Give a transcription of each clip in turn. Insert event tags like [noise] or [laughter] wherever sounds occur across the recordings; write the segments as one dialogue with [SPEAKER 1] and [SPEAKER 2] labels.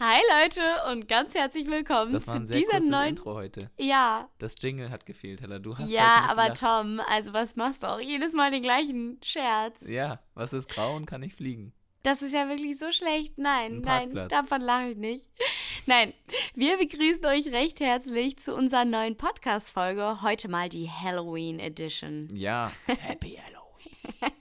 [SPEAKER 1] Hi Leute und ganz herzlich willkommen
[SPEAKER 2] Das war
[SPEAKER 1] zu
[SPEAKER 2] ein sehr
[SPEAKER 1] dieser
[SPEAKER 2] kurzes
[SPEAKER 1] neuen.
[SPEAKER 2] Intro heute.
[SPEAKER 1] Ja,
[SPEAKER 2] Das Jingle hat gefehlt, Hella. Du hast
[SPEAKER 1] ja,
[SPEAKER 2] heute
[SPEAKER 1] aber
[SPEAKER 2] nicht
[SPEAKER 1] Tom, also was machst du auch jedes Mal den gleichen Scherz?
[SPEAKER 2] gelacht. Ja, was ist grau und kann nicht fliegen?
[SPEAKER 1] Das ist ja wirklich so schlecht. Nein,
[SPEAKER 2] Ein
[SPEAKER 1] nein,
[SPEAKER 2] Parkplatz.
[SPEAKER 1] davon lache ich nicht. Nein, wir begrüßen euch recht herzlich zu unserer neuen Podcast-Folge. Heute mal die Halloween Edition.
[SPEAKER 2] Ja,
[SPEAKER 1] [laughs]
[SPEAKER 2] Happy Halloween.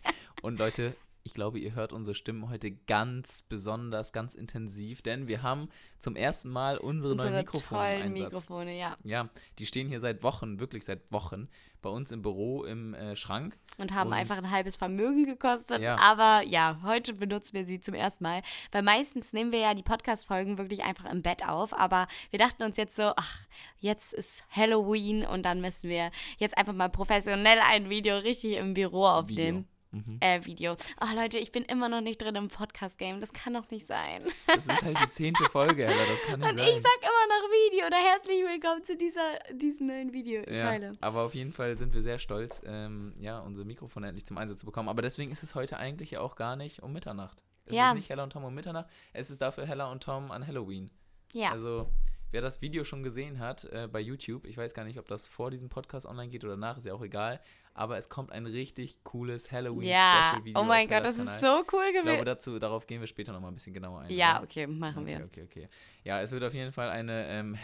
[SPEAKER 2] Und Leute, ich glaube, ihr hört unsere Stimmen heute ganz besonders, ganz intensiv, denn wir haben zum ersten Mal unsere, neuen
[SPEAKER 1] Unsere
[SPEAKER 2] Mikrofone im
[SPEAKER 1] tollen
[SPEAKER 2] Einsatz.
[SPEAKER 1] Mikrofone, ja.
[SPEAKER 2] Ja, die stehen hier seit Wochen, wirklich seit Wochen, bei uns im Büro im äh, Schrank.
[SPEAKER 1] Und haben
[SPEAKER 2] Und-
[SPEAKER 1] einfach ein halbes Vermögen gekostet.
[SPEAKER 2] Ja.
[SPEAKER 1] Aber ja, heute benutzen wir sie zum ersten Mal. Weil meistens nehmen wir ja die Podcast-Folgen wirklich einfach im Bett auf. Aber wir dachten uns jetzt so, ach, jetzt ist Halloween und dann müssen wir jetzt einfach mal professionell ein Video richtig im Büro aufnehmen.
[SPEAKER 2] Video. Mhm.
[SPEAKER 1] Äh, Video. Oh Leute, ich bin immer noch nicht drin im Podcast-Game. Das kann doch nicht sein.
[SPEAKER 2] Das ist halt die zehnte Folge, Hella, das kann nicht
[SPEAKER 1] Und
[SPEAKER 2] sein.
[SPEAKER 1] ich sag immer noch Video oder herzlich willkommen zu dieser, diesem neuen Video. Ich
[SPEAKER 2] Ja,
[SPEAKER 1] heule.
[SPEAKER 2] aber auf jeden Fall sind wir sehr stolz, ähm, ja, unsere Mikrofone endlich zum Einsatz zu bekommen. Aber deswegen ist es heute eigentlich ja auch gar nicht um Mitternacht. Es
[SPEAKER 1] Ja.
[SPEAKER 2] ist nicht Hella und Tom um Mitternacht, es ist dafür Hella und Tom an Halloween.
[SPEAKER 1] Ja.
[SPEAKER 2] Also, wer das Video schon gesehen hat äh, bei YouTube, ich weiß gar nicht, ob das vor diesem Podcast online geht oder nach, ist ja auch egal, aber es kommt ein richtig cooles
[SPEAKER 1] ja.
[SPEAKER 2] Halloween-Special-Video.
[SPEAKER 1] Oh mein Gott, das ist so cool
[SPEAKER 2] Ich glaube,
[SPEAKER 1] gewesen.
[SPEAKER 2] dazu, darauf gehen wir später nochmal ein bisschen genauer ein.
[SPEAKER 1] Ja,
[SPEAKER 2] oder?
[SPEAKER 1] okay, machen wir.
[SPEAKER 2] Okay, okay, okay. Ja, es wird auf jeden Fall eine ähm,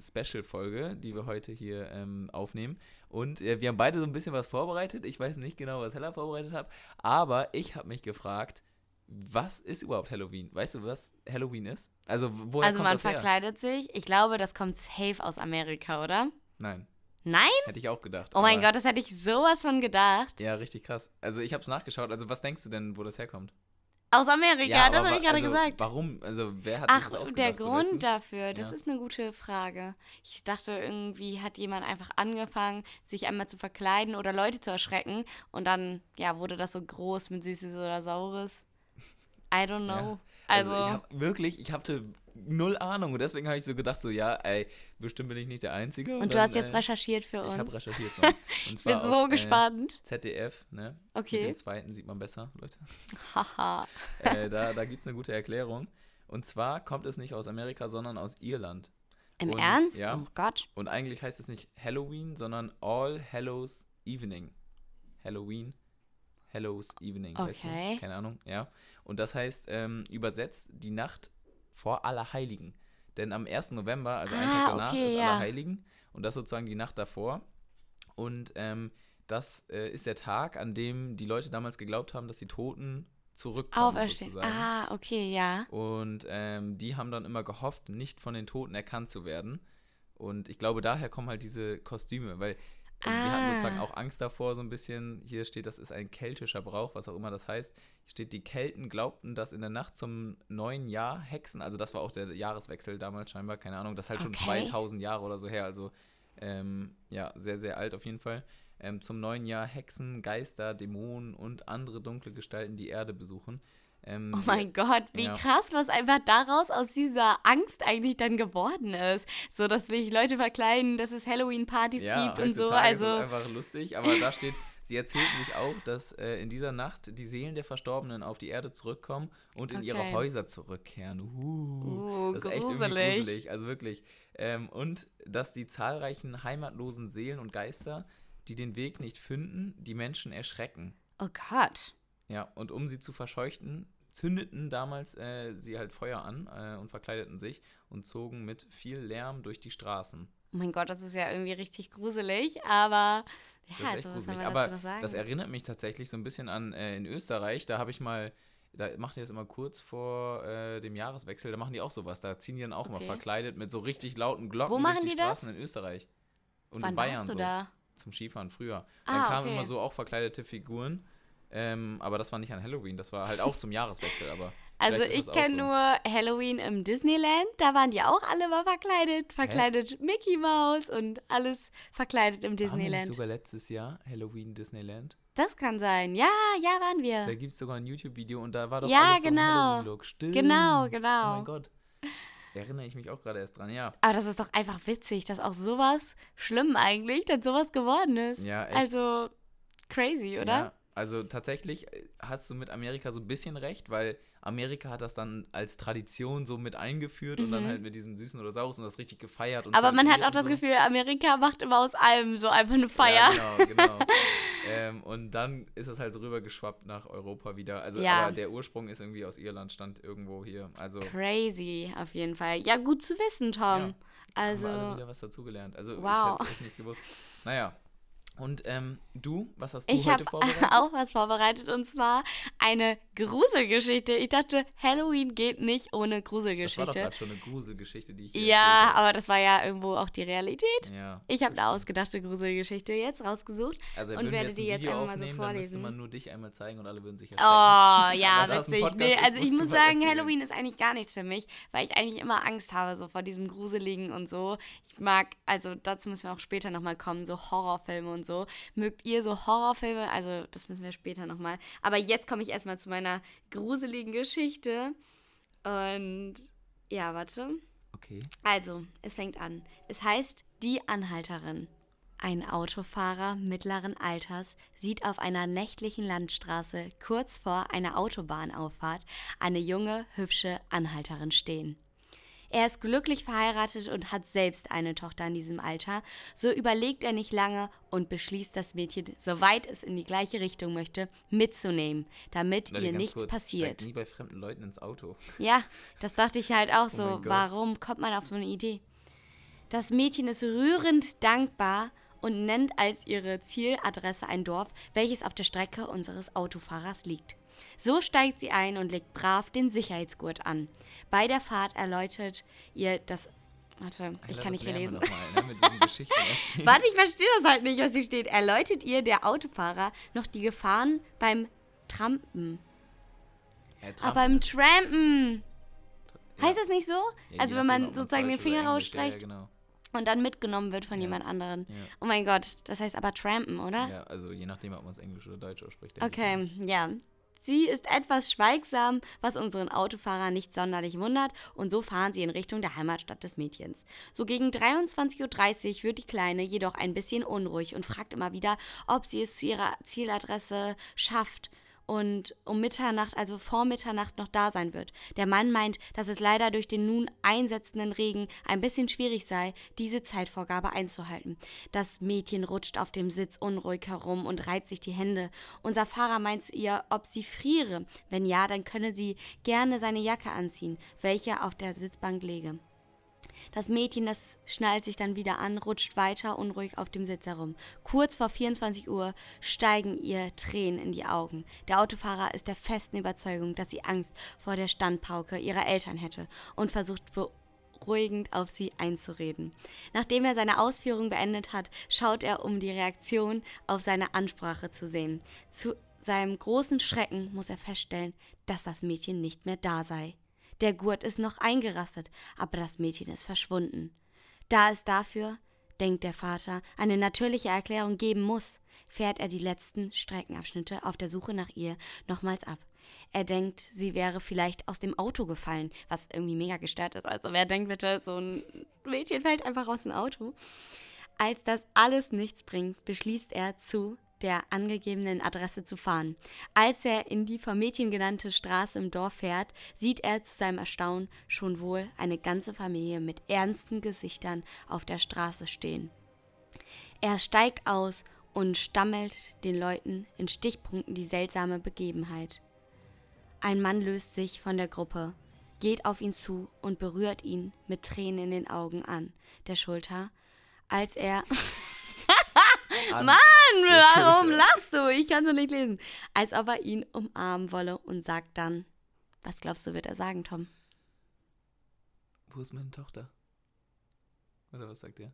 [SPEAKER 2] Halloween-Special-Folge, die wir heute hier ähm, aufnehmen. Und äh, wir haben beide so ein bisschen was vorbereitet. Ich weiß nicht genau, was Hella vorbereitet hat, aber ich habe mich gefragt, was ist überhaupt Halloween? Weißt du, was Halloween ist? Also, w- woher
[SPEAKER 1] Also
[SPEAKER 2] kommt
[SPEAKER 1] man
[SPEAKER 2] das her?
[SPEAKER 1] verkleidet sich. Ich glaube, das kommt safe aus Amerika, oder?
[SPEAKER 2] Nein,
[SPEAKER 1] Nein?
[SPEAKER 2] hätte ich auch gedacht.
[SPEAKER 1] Oh mein
[SPEAKER 2] aber-
[SPEAKER 1] Gott, das hätte ich sowas von gedacht.
[SPEAKER 2] Ja, richtig krass. Also, ich habe es nachgeschaut. Also, was denkst du denn, wo das herkommt?
[SPEAKER 1] Aus Amerika, das
[SPEAKER 2] aber
[SPEAKER 1] habe
[SPEAKER 2] wa-
[SPEAKER 1] ich gerade
[SPEAKER 2] also,
[SPEAKER 1] gesagt.
[SPEAKER 2] Warum? Also, wer hat sich
[SPEAKER 1] Ach, um
[SPEAKER 2] das ausgedacht?
[SPEAKER 1] der
[SPEAKER 2] so,
[SPEAKER 1] Grund
[SPEAKER 2] weißt du?
[SPEAKER 1] dafür, das
[SPEAKER 2] Ja.
[SPEAKER 1] ist eine gute Frage. Ich dachte, irgendwie hat jemand einfach angefangen, sich einmal zu verkleiden oder Leute zu erschrecken und dann, ja, wurde das so groß mit Süßes oder Saures. I don't
[SPEAKER 2] Ja.
[SPEAKER 1] know. Also,
[SPEAKER 2] Also, ich hab wirklich, ich hatte null Ahnung und deswegen habe ich so gedacht, so ja, ey, bestimmt bin ich nicht der Einzige.
[SPEAKER 1] und du
[SPEAKER 2] dann,
[SPEAKER 1] hast jetzt
[SPEAKER 2] äh,
[SPEAKER 1] recherchiert für
[SPEAKER 2] Ich habe
[SPEAKER 1] uns.
[SPEAKER 2] recherchiert.
[SPEAKER 1] [laughs]
[SPEAKER 2] für uns. Und
[SPEAKER 1] Ich bin
[SPEAKER 2] zwar
[SPEAKER 1] so
[SPEAKER 2] auf, äh,
[SPEAKER 1] gespannt. [laughs]
[SPEAKER 2] ZDF, ne?
[SPEAKER 1] Okay.
[SPEAKER 2] Mit dem zweiten sieht man besser, Leute.
[SPEAKER 1] Haha.
[SPEAKER 2] Äh, da da gibt es eine gute Erklärung. Und zwar kommt es nicht aus Amerika, sondern aus Irland.
[SPEAKER 1] Im
[SPEAKER 2] Und-
[SPEAKER 1] Ernst?
[SPEAKER 2] ja.
[SPEAKER 1] Oh Gott.
[SPEAKER 2] Und eigentlich heißt es nicht Halloween, sondern All Hallows Evening. Halloween, Hallows Evening. weißt du?
[SPEAKER 1] Okay.
[SPEAKER 2] Keine Ahnung, ja. Und das heißt ähm, übersetzt die Nacht vor Allerheiligen. Denn am 1. November, also einen
[SPEAKER 1] Ah,
[SPEAKER 2] Tag danach,
[SPEAKER 1] okay,
[SPEAKER 2] ist
[SPEAKER 1] ja.
[SPEAKER 2] Allerheiligen. Und das sozusagen die Nacht davor. Und ähm, das äh, ist der Tag, an dem die Leute damals geglaubt haben, dass die Toten zurückkommen.
[SPEAKER 1] Auferstehen.
[SPEAKER 2] sozusagen.
[SPEAKER 1] Ah, okay, ja.
[SPEAKER 2] Und ähm, die haben dann immer gehofft, nicht von den Toten erkannt zu werden. Und ich glaube, daher kommen halt diese Kostüme, weil also die hatten sozusagen
[SPEAKER 1] Ah.
[SPEAKER 2] auch Angst davor, so ein bisschen. Hier steht, das ist ein keltischer Brauch, was auch immer das heißt. Hier steht, die Kelten glaubten, dass in der Nacht zum neuen Jahr Hexen, also das war auch der Jahreswechsel damals scheinbar, keine Ahnung, das ist halt
[SPEAKER 1] Okay.
[SPEAKER 2] schon 2000 Jahre oder so her, also ähm, ja, sehr, sehr alt auf jeden Fall. Ähm, zum neuen Jahr Hexen, Geister, Dämonen und andere dunkle Gestalten die Erde besuchen. Ähm,
[SPEAKER 1] Oh
[SPEAKER 2] die-
[SPEAKER 1] mein Gott, wie
[SPEAKER 2] Ja.
[SPEAKER 1] krass, was einfach daraus aus dieser Angst eigentlich dann geworden ist. So, dass sich Leute verkleiden, dass es Halloween-Partys gibt und so.
[SPEAKER 2] heutzutage
[SPEAKER 1] Also,
[SPEAKER 2] Ist es einfach lustig, aber da steht, sie erzählten sich auch, dass äh, in dieser Nacht die Seelen der Verstorbenen auf die Erde zurückkommen und in ihre
[SPEAKER 1] Okay.
[SPEAKER 2] Häuser zurückkehren. Uh,
[SPEAKER 1] Uh,
[SPEAKER 2] das ist echt irgendwie
[SPEAKER 1] gruselig.
[SPEAKER 2] gruselig, also wirklich. Ähm, und dass die zahlreichen heimatlosen Seelen und Geister, die den Weg nicht finden, die Menschen erschrecken.
[SPEAKER 1] oh Gott.
[SPEAKER 2] Ja, und um sie zu verscheuchten, zündeten damals äh, sie halt Feuer an äh, und verkleideten sich und zogen mit viel Lärm durch die Straßen.
[SPEAKER 1] Oh mein Gott, das ist ja irgendwie richtig gruselig, aber
[SPEAKER 2] Das
[SPEAKER 1] ja,
[SPEAKER 2] ist
[SPEAKER 1] also
[SPEAKER 2] echt
[SPEAKER 1] was soll
[SPEAKER 2] gruselig.
[SPEAKER 1] man
[SPEAKER 2] Aber
[SPEAKER 1] dazu noch sagen?
[SPEAKER 2] das erinnert mich tatsächlich so ein bisschen an äh, in Österreich. Da habe ich mal, da machen die das immer kurz vor äh, dem Jahreswechsel, da machen die auch sowas. Da ziehen die dann auch
[SPEAKER 1] Okay.
[SPEAKER 2] immer verkleidet mit so richtig lauten Glocken.
[SPEAKER 1] Wo
[SPEAKER 2] durch
[SPEAKER 1] machen
[SPEAKER 2] die,
[SPEAKER 1] die das?
[SPEAKER 2] Straßen in Österreich. Und
[SPEAKER 1] Wann
[SPEAKER 2] in Bayern
[SPEAKER 1] warst du
[SPEAKER 2] so.
[SPEAKER 1] da?
[SPEAKER 2] Zum Skifahren früher.
[SPEAKER 1] Ah,
[SPEAKER 2] dann kamen
[SPEAKER 1] okay.
[SPEAKER 2] immer so auch verkleidete Figuren. Ähm, aber das war nicht an Halloween, das war halt auch zum Jahreswechsel. Aber
[SPEAKER 1] Also
[SPEAKER 2] vielleicht ist
[SPEAKER 1] ich
[SPEAKER 2] das auch
[SPEAKER 1] kenne
[SPEAKER 2] so.
[SPEAKER 1] nur Halloween im Disneyland, da waren die auch alle mal verkleidet. Verkleidet Mickey Mouse und alles verkleidet im
[SPEAKER 2] Waren wir nicht
[SPEAKER 1] [laughs] Disneyland.
[SPEAKER 2] sogar letztes Jahr Halloween Disneyland.
[SPEAKER 1] Das kann sein. Ja, ja, waren wir.
[SPEAKER 2] Da gibt es sogar ein YouTube-Video und da war doch
[SPEAKER 1] Ja,
[SPEAKER 2] alles so
[SPEAKER 1] genau.
[SPEAKER 2] ein Halloween-Look. Stimmt.
[SPEAKER 1] Genau,
[SPEAKER 2] Oh
[SPEAKER 1] genau.
[SPEAKER 2] mein Gott. Erinnere ich mich auch gerade erst dran, ja.
[SPEAKER 1] Aber das ist doch einfach witzig, dass auch sowas schlimm eigentlich, dass sowas geworden ist.
[SPEAKER 2] Ja, echt.
[SPEAKER 1] also crazy, Also, oder?
[SPEAKER 2] Ja, Also tatsächlich äh, hast du mit Amerika so ein bisschen recht, weil Amerika hat das dann als Tradition so mit eingeführt und dann halt mit diesem süßen oder saures und das richtig gefeiert. Und
[SPEAKER 1] Mhm. Aber man hat
[SPEAKER 2] zelebriert
[SPEAKER 1] auch das
[SPEAKER 2] und so.
[SPEAKER 1] Gefühl, Amerika macht immer aus allem so einfach eine Feier.
[SPEAKER 2] Ja, genau,
[SPEAKER 1] [laughs]
[SPEAKER 2] genau. ähm, und dann ist das halt so rübergeschwappt nach Europa wieder. Also
[SPEAKER 1] Ja.
[SPEAKER 2] aber der Ursprung ist irgendwie aus Irland, stand irgendwo hier. Also
[SPEAKER 1] Crazy, auf jeden Fall. Ja, gut zu wissen, Tom.
[SPEAKER 2] Ja.
[SPEAKER 1] Also,
[SPEAKER 2] haben wir alle wieder was dazugelernt. Also
[SPEAKER 1] Wow.
[SPEAKER 2] ich hätte es echt nicht gewusst. Naja. Und ähm, du, was hast du
[SPEAKER 1] ich habe
[SPEAKER 2] heute vorbereitet?
[SPEAKER 1] [laughs] auch was vorbereitet und zwar eine Gruselgeschichte. Ich dachte, Halloween geht nicht ohne
[SPEAKER 2] Das war doch
[SPEAKER 1] Gruselgeschichte.
[SPEAKER 2] gerade schon eine Gruselgeschichte, die ich hier
[SPEAKER 1] Ja,
[SPEAKER 2] erzählt
[SPEAKER 1] aber das war ja irgendwo auch die Realität.
[SPEAKER 2] habe. ja.
[SPEAKER 1] Ich habe eine ausgedachte Gruselgeschichte jetzt
[SPEAKER 2] [laughs]
[SPEAKER 1] rausgesucht.
[SPEAKER 2] Also
[SPEAKER 1] und
[SPEAKER 2] würden wir
[SPEAKER 1] werde
[SPEAKER 2] jetzt
[SPEAKER 1] die
[SPEAKER 2] ein
[SPEAKER 1] jetzt
[SPEAKER 2] Video
[SPEAKER 1] einmal so
[SPEAKER 2] aufnehmen, dann müsste
[SPEAKER 1] vorlesen.
[SPEAKER 2] man nur dich einmal zeigen und alle würden sich
[SPEAKER 1] Oh,
[SPEAKER 2] erschrecken.
[SPEAKER 1] ja,
[SPEAKER 2] da das ein
[SPEAKER 1] witzig.
[SPEAKER 2] Podcast
[SPEAKER 1] nee,
[SPEAKER 2] ist,
[SPEAKER 1] also ich
[SPEAKER 2] musst du
[SPEAKER 1] muss
[SPEAKER 2] mal
[SPEAKER 1] sagen,
[SPEAKER 2] erzählen.
[SPEAKER 1] Halloween ist eigentlich gar nichts für mich, weil ich eigentlich immer Angst habe, so vor diesem Gruseligen und so. Ich mag, also dazu müssen wir auch später nochmal kommen, so Horrorfilme und so. Mögt ihr so Horrorfilme? Also das müssen wir später nochmal. Aber jetzt komme ich erstmal zu meiner gruseligen Geschichte. Und ja, warte.
[SPEAKER 2] Okay.
[SPEAKER 1] Also, es fängt an. Es heißt Die Anhalterin. Ein Autofahrer mittleren Alters sieht auf einer nächtlichen Landstraße kurz vor einer Autobahnauffahrt eine junge, hübsche Anhalterin stehen. Er ist glücklich verheiratet und hat selbst eine Tochter in diesem Alter. So überlegt er nicht lange und beschließt, das Mädchen, soweit es in die gleiche Richtung möchte, mitzunehmen, damit
[SPEAKER 2] Leute,
[SPEAKER 1] ihr
[SPEAKER 2] ganz
[SPEAKER 1] nichts
[SPEAKER 2] kurz,
[SPEAKER 1] passiert.
[SPEAKER 2] Steigt nie bei fremden Leuten ins Auto.
[SPEAKER 1] Ja, das dachte ich halt auch so.
[SPEAKER 2] Oh mein Gott.
[SPEAKER 1] Warum kommt man auf so eine Idee? Das Mädchen ist rührend dankbar und nennt als ihre Zieladresse ein Dorf, welches auf der Strecke unseres Autofahrers liegt. So steigt sie ein und legt brav den Sicherheitsgurt an. Bei der Fahrt erläutert ihr das. Warte, ich
[SPEAKER 2] Alter,
[SPEAKER 1] kann nicht
[SPEAKER 2] das
[SPEAKER 1] hier
[SPEAKER 2] lernen
[SPEAKER 1] lesen.
[SPEAKER 2] wir noch mal, ne, mit diesen Geschichten
[SPEAKER 1] [laughs]
[SPEAKER 2] erzählen.
[SPEAKER 1] Warte, ich verstehe das halt nicht, was hier steht. Erläutert ihr der Autofahrer noch die Gefahren beim Trampen?
[SPEAKER 2] Äh,
[SPEAKER 1] Ah,
[SPEAKER 2] Trump
[SPEAKER 1] beim
[SPEAKER 2] ist-
[SPEAKER 1] Trampen.
[SPEAKER 2] Ja.
[SPEAKER 1] Heißt das nicht so?
[SPEAKER 2] Ja, je
[SPEAKER 1] also wenn
[SPEAKER 2] nachdem, ob
[SPEAKER 1] man
[SPEAKER 2] man's
[SPEAKER 1] sozusagen den
[SPEAKER 2] deutsch oder
[SPEAKER 1] Finger
[SPEAKER 2] englisch- ja, ja,
[SPEAKER 1] rausstreckt
[SPEAKER 2] genau.
[SPEAKER 1] und dann mitgenommen wird von
[SPEAKER 2] Ja.
[SPEAKER 1] jemand anderen.
[SPEAKER 2] Ja.
[SPEAKER 1] Oh mein Gott, das heißt aber trampen, oder?
[SPEAKER 2] Ja, also je nachdem, ob man es Englisch oder Deutsch ausspricht. denke ich mal.
[SPEAKER 1] Okay, ja. Sie ist etwas schweigsam, was unseren Autofahrer nicht sonderlich wundert, und so fahren sie in Richtung der Heimatstadt des Mädchens. So gegen 23.30 Uhr wird die Kleine jedoch ein bisschen unruhig und fragt immer wieder, ob sie es zu ihrer Zieladresse schafft und um Mitternacht, also vor Mitternacht, noch da sein wird. Der Mann meint, dass es leider durch den nun einsetzenden Regen ein bisschen schwierig sei, diese Zeitvorgabe einzuhalten. Das Mädchen rutscht auf dem Sitz unruhig herum und reibt sich die Hände. Unser Fahrer meint zu ihr, ob sie friere. Wenn ja, dann könne sie gerne seine Jacke anziehen, welche auf der Sitzbank läge. Das Mädchen, das schnallt sich dann wieder an, rutscht weiter unruhig auf dem Sitz herum. Kurz vor 24 Uhr steigen ihr Tränen in die Augen. Der Autofahrer ist der festen Überzeugung, dass sie Angst vor der Standpauke ihrer Eltern hätte und versucht beruhigend auf sie einzureden. Nachdem er seine Ausführung beendet hat, schaut er, um die Reaktion auf seine Ansprache zu sehen. Zu seinem großen Schrecken muss er feststellen, dass das Mädchen nicht mehr da sei. Der Gurt ist noch eingerastet, aber das Mädchen ist verschwunden. Da es dafür, denkt der Vater, eine natürliche Erklärung geben muss, fährt er die letzten Streckenabschnitte auf der Suche nach ihr nochmals ab. Er denkt, sie wäre vielleicht aus dem Auto gefallen, was irgendwie mega gestört ist. Also wer denkt bitte, so ein Mädchen fällt einfach aus dem Auto? Als das alles nichts bringt, beschließt er zu der angegebenen Adresse zu fahren. Als er in die vom Mädchen genannte Straße im Dorf fährt, sieht er zu seinem Erstaunen schon wohl eine ganze Familie mit ernsten Gesichtern auf der Straße stehen. Er steigt aus und stammelt den Leuten in Stichpunkten die seltsame Begebenheit. Ein Mann löst sich von der Gruppe, geht auf ihn zu und berührt ihn mit Tränen in den Augen an der Schulter, als er
[SPEAKER 2] An-
[SPEAKER 1] Mann,
[SPEAKER 2] Entschuldigung.
[SPEAKER 1] warum lachst du? Ich kann es nicht lesen. Als ob er ihn umarmen wolle und sagt dann, was glaubst du, wird er sagen, Tom? [laughs]
[SPEAKER 2] Wo ist meine Tochter? Oder was sagt er?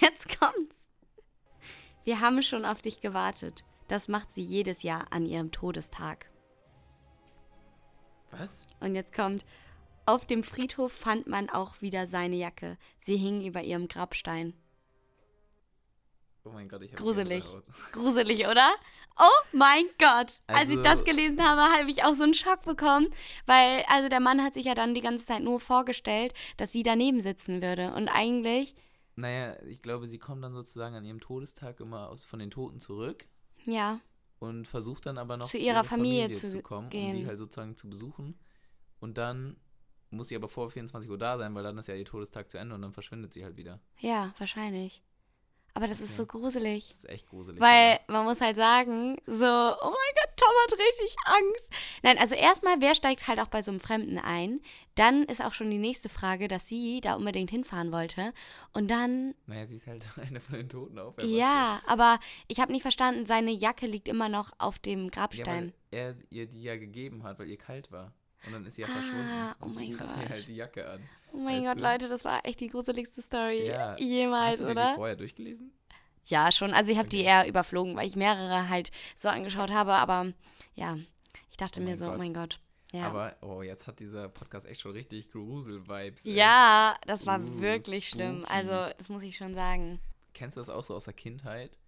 [SPEAKER 1] Jetzt kommt's. Wir haben schon auf dich gewartet. Das macht sie jedes Jahr an ihrem Todestag.
[SPEAKER 2] Was?
[SPEAKER 1] Und jetzt kommt, auf dem Friedhof fand man auch wieder seine Jacke. Sie hing über ihrem Grabstein.
[SPEAKER 2] Oh mein Gott, ich habe
[SPEAKER 1] Gruselig. Gruselig, oder? Oh mein Gott. Als ich
[SPEAKER 2] Also-
[SPEAKER 1] das gelesen habe, habe ich auch so einen Schock bekommen, weil also der Mann hat sich ja dann die ganze Zeit nur vorgestellt, dass sie daneben sitzen würde und eigentlich
[SPEAKER 2] Naja, ich glaube, sie kommen dann sozusagen an ihrem Todestag immer aus, von den Toten zurück
[SPEAKER 1] ja,
[SPEAKER 2] und versucht dann aber noch
[SPEAKER 1] Zu ihrer Familie zu
[SPEAKER 2] kommen, um
[SPEAKER 1] gehen.
[SPEAKER 2] die halt sozusagen zu besuchen. Und dann muss sie aber vor 24 Uhr da sein, weil dann ist ja ihr Todestag zu Ende und dann verschwindet sie halt wieder.
[SPEAKER 1] Ja, wahrscheinlich. Aber das ist
[SPEAKER 2] Okay.
[SPEAKER 1] so gruselig.
[SPEAKER 2] Das ist echt gruselig.
[SPEAKER 1] Weil man muss halt sagen, so, oh mein Gott, Tom hat richtig Angst. Nein, also erstmal, wer steigt halt auch bei so einem Fremden ein? Dann ist auch schon die nächste Frage, dass sie da unbedingt hinfahren wollte. Und dann,
[SPEAKER 2] Naja, sie ist halt [laughs] eine von den Toten auf.
[SPEAKER 1] ja, aber ich habe nicht verstanden, seine Jacke liegt immer noch auf dem
[SPEAKER 2] Ja, weil
[SPEAKER 1] Grabstein.
[SPEAKER 2] er ihr die ja gegeben hat, weil ihr kalt war. Und dann ist sie ja
[SPEAKER 1] Ah,
[SPEAKER 2] verschwunden.
[SPEAKER 1] oh
[SPEAKER 2] und
[SPEAKER 1] mein
[SPEAKER 2] dann Hat
[SPEAKER 1] Gott.
[SPEAKER 2] sie halt die Jacke an.
[SPEAKER 1] oh mein
[SPEAKER 2] weißt
[SPEAKER 1] Gott,
[SPEAKER 2] du?
[SPEAKER 1] Leute, das war echt die gruseligste Story
[SPEAKER 2] Ja.
[SPEAKER 1] jemals,
[SPEAKER 2] Hast du dir die
[SPEAKER 1] oder?
[SPEAKER 2] vorher durchgelesen?
[SPEAKER 1] Ja, schon. Also ich habe die
[SPEAKER 2] Okay.
[SPEAKER 1] eher überflogen, weil ich mehrere halt so angeschaut habe, aber ja, ich dachte
[SPEAKER 2] Oh
[SPEAKER 1] mir
[SPEAKER 2] mein
[SPEAKER 1] so, oh
[SPEAKER 2] Gott.
[SPEAKER 1] mein Gott. Ja.
[SPEAKER 2] Aber, oh, jetzt hat dieser Podcast echt schon richtig Grusel-Vibes. ey.
[SPEAKER 1] Ja, das war
[SPEAKER 2] Uh,
[SPEAKER 1] wirklich schlimm.
[SPEAKER 2] spooky.
[SPEAKER 1] Also, das muss ich schon sagen.
[SPEAKER 2] Kennst du das auch so aus der Kindheit,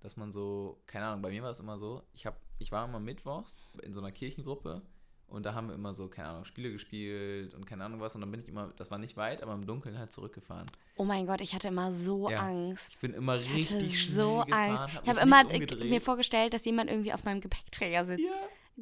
[SPEAKER 2] dass man so, keine Ahnung, bei mir war es immer so, ich, hab, ich war immer mittwochs in so einer Kirchengruppe und da haben wir immer so, keine Ahnung, Spiele gespielt und keine Ahnung was und dann bin ich immer, das war nicht weit, aber im Dunkeln halt zurückgefahren.
[SPEAKER 1] Oh mein Gott, ich hatte immer so
[SPEAKER 2] Ja.
[SPEAKER 1] Angst.
[SPEAKER 2] Ich bin immer
[SPEAKER 1] Ich hatte
[SPEAKER 2] richtig schnell
[SPEAKER 1] so
[SPEAKER 2] gefahren,
[SPEAKER 1] Angst.
[SPEAKER 2] Hab
[SPEAKER 1] ich habe
[SPEAKER 2] mich
[SPEAKER 1] immer
[SPEAKER 2] nicht
[SPEAKER 1] äh,
[SPEAKER 2] umgedreht.
[SPEAKER 1] mir vorgestellt, dass jemand irgendwie auf meinem Gepäckträger sitzt.
[SPEAKER 2] ja.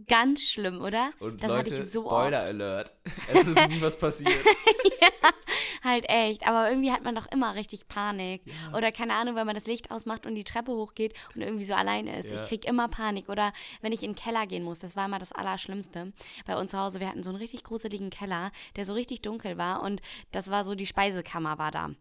[SPEAKER 1] Ganz schlimm, oder?
[SPEAKER 2] Und
[SPEAKER 1] das
[SPEAKER 2] Leute,
[SPEAKER 1] hatte ich so
[SPEAKER 2] Spoiler Alert. Es ist
[SPEAKER 1] [laughs]
[SPEAKER 2] nie was passiert.
[SPEAKER 1] oft. Halt echt. Aber irgendwie hat man doch immer richtig Panik.
[SPEAKER 2] Ja.
[SPEAKER 1] Oder keine Ahnung, wenn man das Licht ausmacht und die Treppe hochgeht und irgendwie so alleine ist.
[SPEAKER 2] Ja.
[SPEAKER 1] Ich krieg immer Panik. Oder wenn ich in den Keller gehen muss, das war immer das Allerschlimmste. Bei uns zu Hause, wir hatten so einen richtig gruseligen Keller, der so richtig dunkel war und das war so, die Speisekammer war da.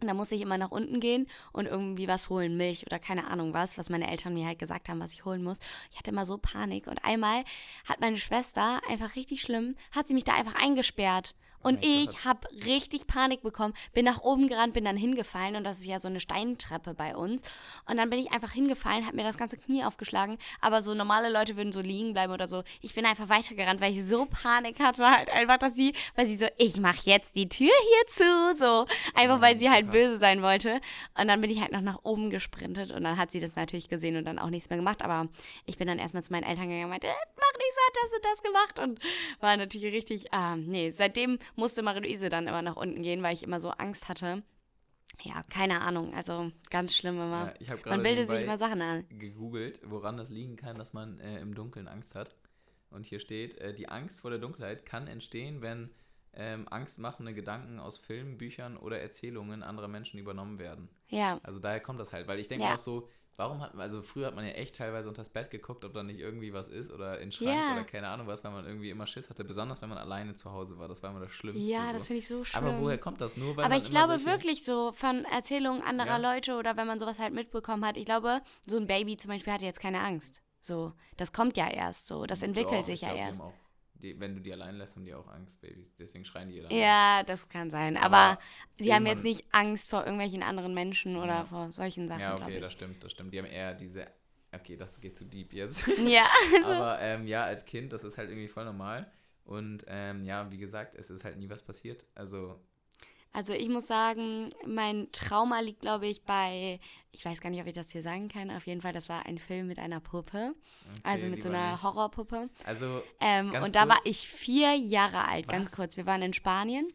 [SPEAKER 1] Und da musste ich immer nach unten gehen und irgendwie was holen, Milch oder keine Ahnung was, was meine Eltern mir halt gesagt haben, was ich holen muss. Ich hatte immer so Panik und einmal hat meine Schwester einfach richtig schlimm, hat sie mich da einfach eingesperrt. Und
[SPEAKER 2] Oh mein Gott.
[SPEAKER 1] ich habe richtig Panik bekommen, bin nach oben gerannt, bin dann hingefallen und das ist ja so eine Steintreppe bei uns. Und dann bin ich einfach hingefallen, habe mir das ganze Knie aufgeschlagen. Aber so normale Leute würden so liegen bleiben oder so. Ich bin einfach weitergerannt, weil ich so Panik hatte, halt einfach, dass sie, weil sie so, ich mache jetzt die Tür hier zu, so einfach,
[SPEAKER 2] Oh
[SPEAKER 1] weil sie halt
[SPEAKER 2] Krass.
[SPEAKER 1] böse sein wollte. Und dann bin ich halt noch nach oben gesprintet und dann hat sie das natürlich gesehen und dann auch nichts mehr gemacht. Aber ich bin dann erstmal zu meinen Eltern gegangen und meinte, "Äh, mach nichts, hat das und das gemacht und war natürlich richtig, ah, nee, seitdem musste Marie-Louise dann immer nach unten gehen, weil ich immer so Angst hatte. Ja, keine Ahnung, also ganz schlimm immer.
[SPEAKER 2] Ja, ich habe
[SPEAKER 1] Man bildet sich
[SPEAKER 2] nebenbei
[SPEAKER 1] immer Sachen an.
[SPEAKER 2] gegoogelt, woran das liegen kann, dass man äh, im Dunkeln Angst hat. Und hier steht, äh, die Angst vor der Dunkelheit kann entstehen, wenn ähm, angstmachende Gedanken aus Filmen, Büchern oder Erzählungen anderer Menschen übernommen werden.
[SPEAKER 1] Ja,
[SPEAKER 2] Also daher kommt das halt, weil ich denke
[SPEAKER 1] Ja.
[SPEAKER 2] auch so, warum hat man, also früher hat man ja echt teilweise unter das Bett geguckt, ob da nicht irgendwie was ist oder in den Schrank
[SPEAKER 1] Ja.
[SPEAKER 2] oder keine Ahnung was, weil man irgendwie immer Schiss hatte, besonders wenn man alleine zu Hause war. Das war immer das Schlimmste.
[SPEAKER 1] ja,
[SPEAKER 2] so.
[SPEAKER 1] das finde ich so schlimm.
[SPEAKER 2] Aber woher kommt das? Nur weil
[SPEAKER 1] Aber
[SPEAKER 2] man
[SPEAKER 1] ich
[SPEAKER 2] immer
[SPEAKER 1] glaube
[SPEAKER 2] solche-
[SPEAKER 1] wirklich so von Erzählungen anderer
[SPEAKER 2] Ja.
[SPEAKER 1] Leute oder wenn man sowas halt mitbekommen hat, ich glaube, so ein Baby zum Beispiel hatte jetzt keine Angst. So, das kommt ja erst so, das entwickelt
[SPEAKER 2] Doch,
[SPEAKER 1] sich
[SPEAKER 2] ich
[SPEAKER 1] ja
[SPEAKER 2] glaub, die
[SPEAKER 1] erst.
[SPEAKER 2] haben Auch, die, wenn du die allein lässt, haben die auch Angst, Babys. Deswegen schreien die dann.
[SPEAKER 1] Ja, das kann sein. Aber,
[SPEAKER 2] Aber
[SPEAKER 1] die haben jetzt
[SPEAKER 2] irgendwann-
[SPEAKER 1] nicht Angst vor irgendwelchen anderen Menschen oder
[SPEAKER 2] Ja.
[SPEAKER 1] vor solchen Sachen,
[SPEAKER 2] ja,
[SPEAKER 1] glaube
[SPEAKER 2] okay,
[SPEAKER 1] ich.
[SPEAKER 2] das stimmt, das stimmt. Die haben eher diese. Okay, das geht zu deep jetzt.
[SPEAKER 1] Ja, [laughs] also,
[SPEAKER 2] Aber ähm, ja, als Kind, das ist halt irgendwie voll normal. Und ähm, ja, wie gesagt, es ist halt nie was passiert. Also,
[SPEAKER 1] also ich muss sagen, mein Trauma liegt, glaube ich, bei, ich weiß gar nicht, ob ich das hier sagen kann, auf jeden Fall, das war ein Film mit einer Puppe,
[SPEAKER 2] okay,
[SPEAKER 1] also mit so
[SPEAKER 2] lieber
[SPEAKER 1] einer
[SPEAKER 2] nicht.
[SPEAKER 1] Horrorpuppe.
[SPEAKER 2] Also,
[SPEAKER 1] Ähm, und
[SPEAKER 2] Ganz
[SPEAKER 1] da war
[SPEAKER 2] kurz.
[SPEAKER 1] ich vier Jahre alt, ganz
[SPEAKER 2] Was?
[SPEAKER 1] kurz. Wir waren in Spanien.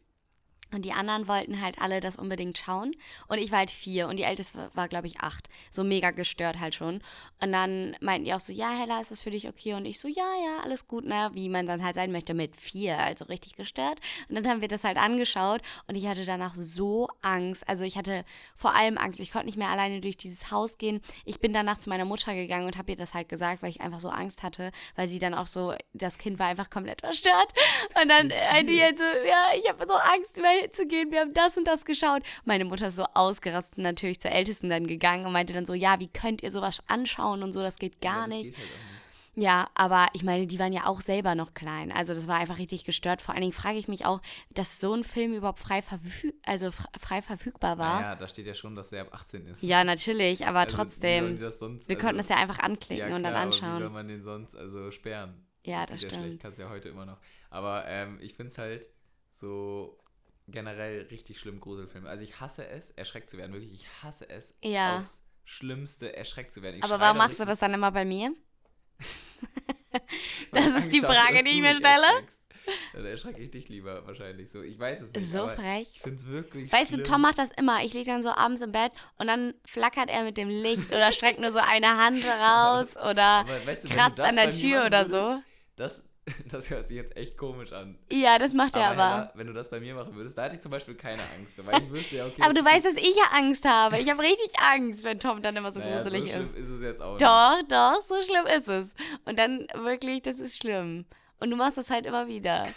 [SPEAKER 1] Und die anderen wollten halt alle das unbedingt schauen. Und ich war halt vier und die älteste war, war glaube ich, acht. So mega gestört halt schon. Und dann meinten die auch so, ja, Hella, ist das für dich okay? Und ich so, ja, ja, alles gut, ne? Wie man dann halt sein möchte mit vier, also richtig gestört. Und dann haben wir das halt angeschaut und ich hatte danach so Angst. Also ich hatte vor allem Angst. Ich konnte nicht mehr alleine durch dieses Haus gehen. Ich bin danach zu meiner Mutter gegangen und habe ihr das halt gesagt, weil ich einfach so Angst hatte, weil sie dann auch so, das Kind war einfach komplett verstört. Und dann äh, die halt so, ja, ich habe so Angst, mehr hinzugehen. Wir haben das und das geschaut. Meine Mutter ist so ausgerastet natürlich zur Ältesten dann gegangen und meinte dann so, ja, wie könnt ihr sowas anschauen und so, das geht
[SPEAKER 2] ja,
[SPEAKER 1] gar
[SPEAKER 2] das
[SPEAKER 1] nicht.
[SPEAKER 2] geht Halt auch nicht.
[SPEAKER 1] Ja, aber ich meine, die waren ja auch selber noch klein. Also das war einfach richtig gestört. Vor allen Dingen frage ich mich auch, dass so ein Film überhaupt frei, verfü also fr- frei verfügbar war.
[SPEAKER 2] Naja, da steht ja schon, dass der ab 18 ist.
[SPEAKER 1] Ja, natürlich, aber
[SPEAKER 2] Also, wie sollen die
[SPEAKER 1] trotzdem.
[SPEAKER 2] das sonst,
[SPEAKER 1] Wir
[SPEAKER 2] also,
[SPEAKER 1] konnten es ja einfach anklicken
[SPEAKER 2] ja,
[SPEAKER 1] und dann
[SPEAKER 2] klar, aber Wie soll
[SPEAKER 1] anschauen.
[SPEAKER 2] man den sonst also sperren?
[SPEAKER 1] Ja, das
[SPEAKER 2] Das geht ja schlecht,
[SPEAKER 1] stimmt.
[SPEAKER 2] kannst ja heute immer noch. Aber ähm, ich finde es halt so generell richtig schlimm, Gruselfilme. Also ich hasse es, erschreckt zu werden. Wirklich, ich hasse es
[SPEAKER 1] Ja.
[SPEAKER 2] aufs Schlimmste, erschreckt zu werden. Ich
[SPEAKER 1] Aber
[SPEAKER 2] schrei
[SPEAKER 1] warum
[SPEAKER 2] doch
[SPEAKER 1] machst du
[SPEAKER 2] richtig,
[SPEAKER 1] das dann immer bei mir?
[SPEAKER 2] weil ich
[SPEAKER 1] das ist die
[SPEAKER 2] Angst habe,
[SPEAKER 1] Frage,
[SPEAKER 2] [laughs] dass
[SPEAKER 1] die ich
[SPEAKER 2] du
[SPEAKER 1] mir
[SPEAKER 2] mich
[SPEAKER 1] stelle.
[SPEAKER 2] erschreckst. Dann erschrecke ich dich lieber wahrscheinlich so. Ich weiß es nicht.
[SPEAKER 1] So
[SPEAKER 2] aber
[SPEAKER 1] frech.
[SPEAKER 2] Ich finde es wirklich
[SPEAKER 1] Weißt
[SPEAKER 2] schlimm.
[SPEAKER 1] du, Tom macht das immer. Ich liege dann so abends im Bett und dann flackert er mit dem Licht oder streckt nur so eine
[SPEAKER 2] [laughs]
[SPEAKER 1] Hand raus oder
[SPEAKER 2] Aber weißt du, wenn du
[SPEAKER 1] kratzt
[SPEAKER 2] das
[SPEAKER 1] an der
[SPEAKER 2] bei mir
[SPEAKER 1] Tür
[SPEAKER 2] machen
[SPEAKER 1] oder so.
[SPEAKER 2] würdest, Das, [laughs] das hört sich jetzt echt komisch an.
[SPEAKER 1] Ja, das macht er aber.
[SPEAKER 2] Hella, wenn du das bei mir machen würdest, da hätte ich zum Beispiel keine Angst. Weil ich wüsste ja, okay.
[SPEAKER 1] Aber
[SPEAKER 2] das
[SPEAKER 1] du
[SPEAKER 2] ist-
[SPEAKER 1] weißt, dass ich ja Angst habe.
[SPEAKER 2] [laughs]
[SPEAKER 1] Ich habe richtig Angst, wenn Tom dann immer so
[SPEAKER 2] naja, so
[SPEAKER 1] gruselig
[SPEAKER 2] schlimm
[SPEAKER 1] ist.
[SPEAKER 2] ist. es jetzt auch nicht.
[SPEAKER 1] Doch, doch, so schlimm ist es. Und dann wirklich, das ist schlimm. Und du machst das halt immer wieder.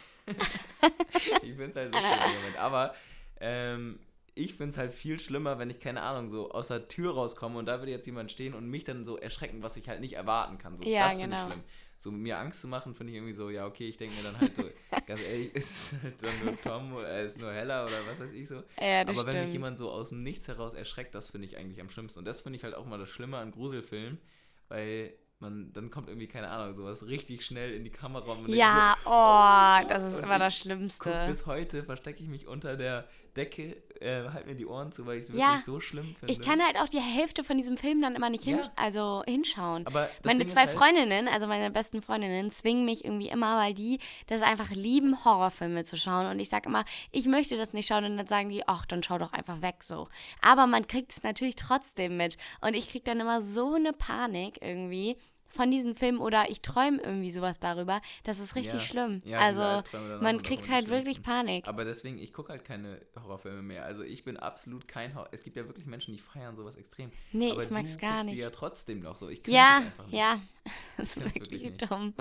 [SPEAKER 2] Ich finde es halt lustig im Moment. Aber ähm, ich finde es halt viel schlimmer, wenn ich, keine Ahnung, so aus der Tür rauskomme und da würde jetzt jemand stehen und mich dann so erschrecken, was ich halt nicht erwarten kann. So,
[SPEAKER 1] Ja,
[SPEAKER 2] das finde
[SPEAKER 1] genau.
[SPEAKER 2] ich schlimm. So mir Angst zu machen, finde ich irgendwie so, ja, okay, ich denke mir dann
[SPEAKER 1] [laughs]
[SPEAKER 2] halt so, ganz ehrlich, ist es halt dann nur Tom oder ist nur Hella oder was weiß ich so.
[SPEAKER 1] Ja, das
[SPEAKER 2] Aber wenn mich
[SPEAKER 1] stimmt.
[SPEAKER 2] jemand so aus dem Nichts heraus erschreckt, das finde ich eigentlich am schlimmsten. Und das finde ich halt auch mal das Schlimme an Gruselfilmen, weil man, dann kommt irgendwie, keine Ahnung, sowas richtig schnell in die Kamera und man denkt so,
[SPEAKER 1] ja, oh, das ist
[SPEAKER 2] Und
[SPEAKER 1] immer das
[SPEAKER 2] ich Guck,
[SPEAKER 1] Schlimmste.
[SPEAKER 2] bis heute verstecke ich mich unter der Decke, äh, halte mir die Ohren zu, weil ich es
[SPEAKER 1] Ja,
[SPEAKER 2] wirklich so schlimm finde.
[SPEAKER 1] Ich kann halt auch die Hälfte von diesem Film dann immer nicht hin,
[SPEAKER 2] Ja.
[SPEAKER 1] also hinschauen.
[SPEAKER 2] Aber das
[SPEAKER 1] meine
[SPEAKER 2] Ding ist
[SPEAKER 1] zwei
[SPEAKER 2] halt-
[SPEAKER 1] Freundinnen, also meine besten Freundinnen, zwingen mich irgendwie immer, weil die das einfach lieben, Horrorfilme zu schauen. Und ich sage immer, ich möchte das nicht schauen. Und dann sagen die, ach, dann schau doch einfach weg so. Aber man kriegt es natürlich trotzdem mit. Und ich kriege dann immer so eine Panik irgendwie von diesen Filmen oder ich träume irgendwie sowas darüber. Das ist richtig
[SPEAKER 2] Ja.
[SPEAKER 1] schlimm.
[SPEAKER 2] Ja, diese
[SPEAKER 1] also
[SPEAKER 2] Albträume danach
[SPEAKER 1] man
[SPEAKER 2] sind auch
[SPEAKER 1] kriegt
[SPEAKER 2] immer die
[SPEAKER 1] halt wirklich
[SPEAKER 2] schlimmsten.
[SPEAKER 1] Panik.
[SPEAKER 2] Aber deswegen, ich gucke halt keine Horrorfilme mehr. Also ich bin absolut kein Horror. Es gibt ja wirklich Menschen, die feiern sowas extrem.
[SPEAKER 1] Nee,
[SPEAKER 2] aber
[SPEAKER 1] ich mag's
[SPEAKER 2] du
[SPEAKER 1] gar
[SPEAKER 2] guckst die
[SPEAKER 1] nicht.
[SPEAKER 2] ja trotzdem noch so. Ich kann
[SPEAKER 1] Ja,
[SPEAKER 2] das einfach nicht. [laughs]
[SPEAKER 1] ja. Das
[SPEAKER 2] kann's
[SPEAKER 1] ist wirklich
[SPEAKER 2] wirklich nicht.
[SPEAKER 1] dumm.